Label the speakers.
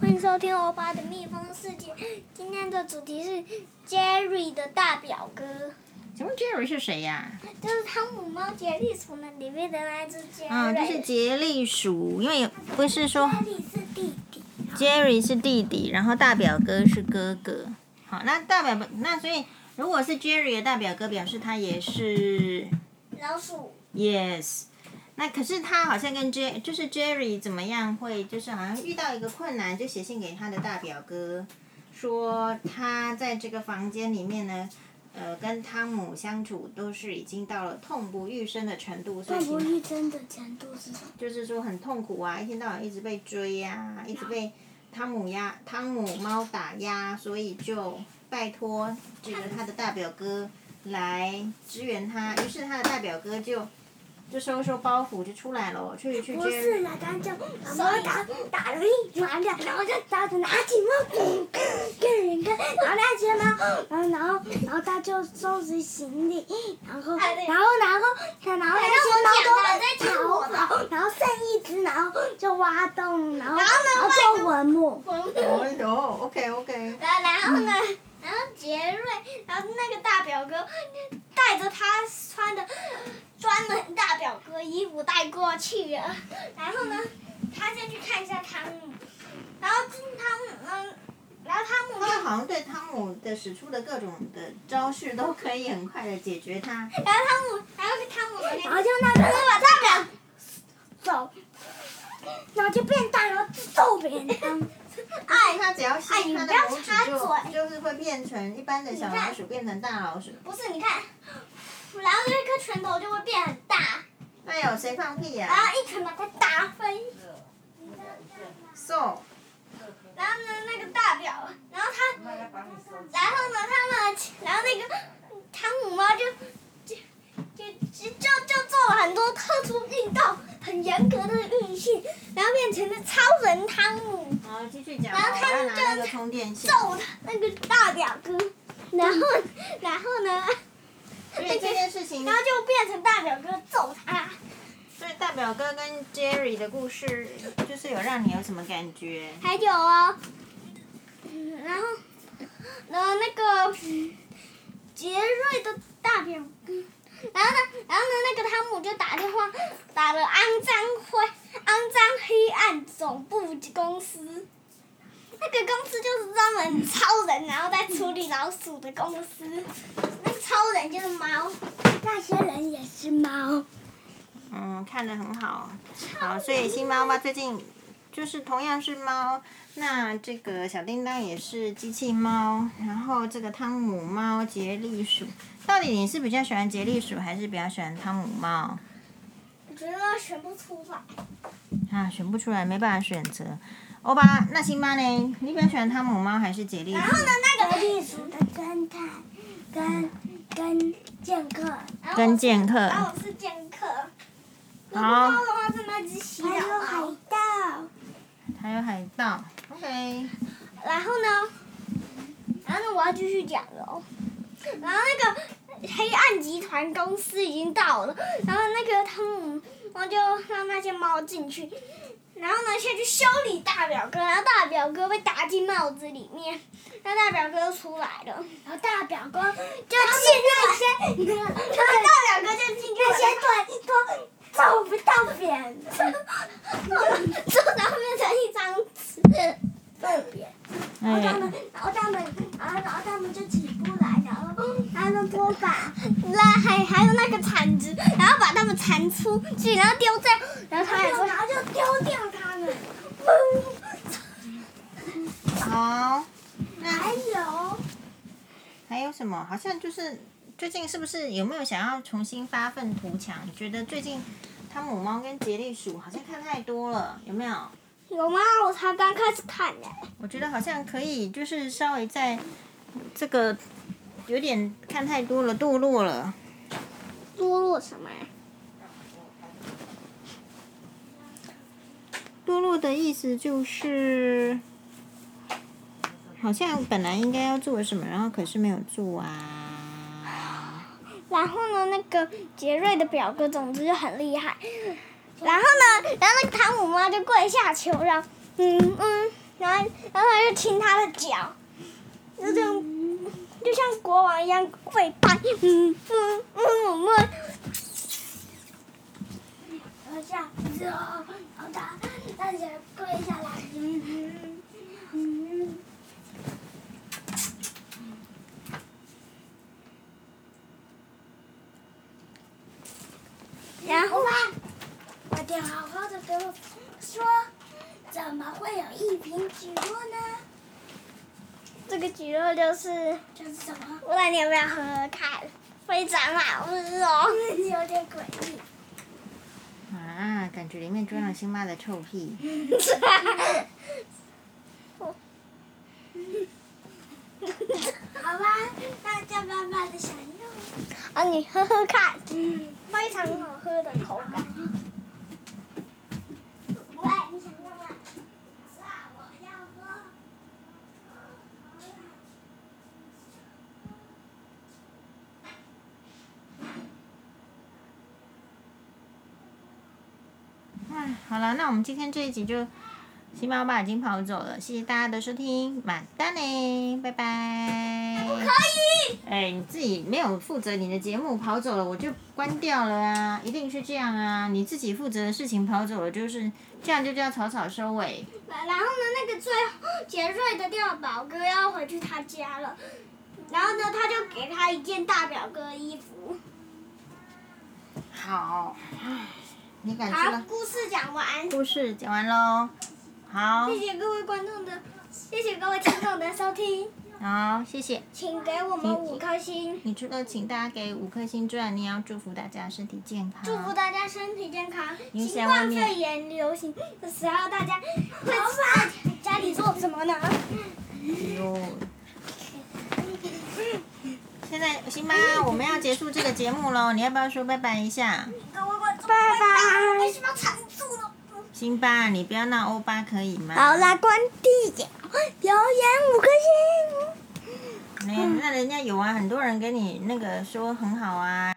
Speaker 1: 欢迎收听欧巴的蜜蜂世界。今天的主题是 Jerry 的大表哥，
Speaker 2: 请问 Jerry 是谁呀、
Speaker 1: 就是汤姆猫杰利鼠们里面的那只 Jerry。
Speaker 2: 嗯，就是杰利鼠，因为有不是说
Speaker 1: Jerry 是弟弟，
Speaker 2: Jerry 是弟弟，然后大表哥是哥哥。好，那大表那所以如果是 Jerry 的大表哥，表示他也是
Speaker 1: 老鼠
Speaker 2: Yes。那可是他好像跟 J 就是 Jerry 怎么样会就是好像遇到一个困难，就写信给他的大表哥，说他在这个房间里面呢，呃，跟汤姆相处都是已经到了痛不欲生的程度，所以请
Speaker 1: 欲生的程度是什么？
Speaker 2: 就是说很痛苦啊，一天到晚一直被追呀、一直被汤姆压汤姆猫打压，所以就拜托这个他的大表哥来支援他。于是他的大表哥就就收收包袱就出来了，哦去去
Speaker 3: 不是
Speaker 2: Jerry
Speaker 3: 啦，他就把猫打打了一麻将，然后就打着拿起猫跟人跟，
Speaker 1: 啊
Speaker 3: 然后拿起猫，然后然后然后他就收拾行李，然后
Speaker 1: 哎对
Speaker 3: 然后然后然后那些猫都逃跑，然后剩一只，然后就挖洞，然后
Speaker 1: 然后呢
Speaker 3: 然后做坟墓，
Speaker 2: 哦呦，OK OK，
Speaker 1: 然然后呢，然后杰瑞，然后那个大表哥带着他穿的专门大表哥衣服带过去了，然后呢，他先去看一下汤姆，然后汤姆，嗯，然后汤姆
Speaker 2: 他们好像对汤姆的使出的各种的招式都可以很快的解决他。
Speaker 1: 然后汤姆，然后汤姆
Speaker 3: 然后就那个
Speaker 1: 把大表
Speaker 3: 走，然后就变大，然后揍别人，
Speaker 2: 哎，他只要吸
Speaker 1: 哎你
Speaker 2: 他的
Speaker 1: 不要
Speaker 2: 拇
Speaker 1: 插
Speaker 2: 指就就是会变成一般的小
Speaker 1: 你看
Speaker 2: 老鼠变成大老鼠。
Speaker 1: 不是你看，然后那颗拳头就会变很大，
Speaker 2: 哎呦，谁放屁呀、
Speaker 1: 然后一拳把它打飞。
Speaker 2: So，
Speaker 1: 然后呢，那个大表，然后他，然后呢，他们，然后那个汤姆猫就就就就就就做了很多特殊运动，很严格的运训，然后变成了超人汤姆
Speaker 2: 好，继续讲。
Speaker 1: 然后他
Speaker 2: 我要
Speaker 1: 们
Speaker 2: 拿那
Speaker 1: 就
Speaker 2: 个充电器
Speaker 1: 揍。他那个大表哥，然后然后呢，
Speaker 2: 所以这件事情
Speaker 1: 然，后就变成大表哥揍他。
Speaker 2: 所以大表哥跟 Jerry 的故事，就是有让你有什么感觉？
Speaker 1: 还有哦，嗯然后，然后那个嗯杰瑞的大表哥，然后呢，然后呢，那个汤姆就打电话打了肮脏灰、肮脏黑暗总部公司，那个公司就是专门超人，然后再处理老鼠的公司，那个超人就是猫，
Speaker 3: 那些人也是猫，
Speaker 2: 嗯，看得很好。好，所以新猫猫最近就是同样是猫，那这个小叮当也是机器猫，然后这个汤姆猫、杰利鼠，到底你是比较喜欢杰利鼠，还是比较喜欢汤姆猫？
Speaker 1: 我觉得选不出来。
Speaker 2: 啊，选不出来，没办法选择。欧巴，那辛巴呢？你比较喜欢汤姆猫还是杰利鼠
Speaker 1: 然？后呢，那
Speaker 3: 跟
Speaker 1: 个
Speaker 3: 栗鼠的侦探，跟跟剑客，
Speaker 1: 然后我
Speaker 2: 跟剑客。
Speaker 1: 然后我是剑客，如果
Speaker 2: 好
Speaker 1: 猫的话是那只喜
Speaker 3: 还有
Speaker 1: 鸟
Speaker 3: 海
Speaker 1: 猫。
Speaker 3: 盗，
Speaker 2: 还有海盗。OK，
Speaker 1: 然后呢，然后呢，我要继续讲了哦。然后那个黑暗集团公司已经到了，然后那个汤姆猫就让那些猫进去，然后呢，先去修理大表哥，然后大表哥被打进帽子里面，那大表哥出来了，
Speaker 3: 然后大表哥
Speaker 1: 就
Speaker 3: 那
Speaker 1: 进入了，
Speaker 3: 个
Speaker 1: 然后大表哥就进入
Speaker 3: 那
Speaker 1: 了
Speaker 3: 些对都找不到别人，
Speaker 1: 就然后变成一张纸，
Speaker 3: 特别。然后他
Speaker 2: 哎
Speaker 3: 们，，然后他们，然后然后他们就起不来，然后他们拖把，
Speaker 1: 那还还有那个铲子，然后把它们铲出去，然后丢在，然后他还
Speaker 3: 然后
Speaker 1: 说
Speaker 3: 然后就丢掉他们。
Speaker 2: 好，
Speaker 3: 还有
Speaker 2: 还有什么？好像就是最近是不是有没有想要重新发愤图强？你觉得最近汤姆猫跟杰利鼠好像看太多了，有没有？
Speaker 1: 有吗？我才刚开始看呢、
Speaker 2: 我觉得好像可以，就是稍微在这个有点看太多了，堕落了。
Speaker 1: 多落什么呀？
Speaker 2: 堕落的意思就是，好像本来应该要做什么，然后可是没有做啊。
Speaker 1: 然后呢，那个杰瑞的表哥，总之就很厉害。然后呢，然后那个汤姆猫就跪下求饶，嗯嗯，然后就是亲他的脚，就这样，就像国王一样跪拜，嗯嗯嗯嗯，
Speaker 3: 然后这样之后，然后大大姐跪下来，嗯嗯嗯，
Speaker 1: 然后
Speaker 3: 爸爸，我得好好的跟我说，怎么会有一瓶橘露呢？
Speaker 1: 这个橘肉就是，
Speaker 3: 这是什么？
Speaker 1: 我来你要不要喝喝看？非常好吃哦。
Speaker 3: 嗯，有点诡异。
Speaker 2: 啊，感觉里面装了辛巴的臭屁。
Speaker 3: 好吧，那叫妈妈的享用。
Speaker 1: 啊，你喝喝看，
Speaker 3: 嗯，
Speaker 1: 非常好喝的口感。
Speaker 3: 喂，你想干嘛？是啊，我要喝。
Speaker 2: 哎，好了，那我们今天这一集就，辛巴爸已经跑走了，谢谢大家的收听，马丹呢，拜拜。不可以。哎，你自己没有负责你的节目跑走了，我就关掉了啊，一定是这样啊，你自己负责的事情跑走了，就是这样就叫草草收尾。
Speaker 1: 然后呢，那个最后杰瑞的掉表哥要回去他家了，然后呢，他就给他一件大表哥衣服。
Speaker 2: 好，唉你感觉
Speaker 1: 好
Speaker 2: 了，？
Speaker 1: 故事讲完，
Speaker 2: 故事讲完喽，好
Speaker 1: 谢，谢各位观众的，谢谢各位听众的收听，
Speaker 2: 好，谢谢。
Speaker 1: 请给我们五颗星，
Speaker 2: 你除了请大家给五颗星之外，你也要祝福大家身体健康。
Speaker 1: 祝福大家身体健康。
Speaker 2: 你
Speaker 1: 新
Speaker 2: 想外
Speaker 1: 冠
Speaker 2: 面
Speaker 1: 肺炎流行的时候，大家会在家里做什么呢？
Speaker 2: 哟。现在辛巴，我们要结束这个节目喽，你要不要说拜拜一下？
Speaker 3: 各位观众，
Speaker 1: 拜拜
Speaker 3: 为什么缠住了？
Speaker 2: 辛巴，你不要闹欧巴可以吗？
Speaker 1: 好啦，关闭留言五颗星。
Speaker 2: 那那人家有啊，很多人跟你那个说很好啊。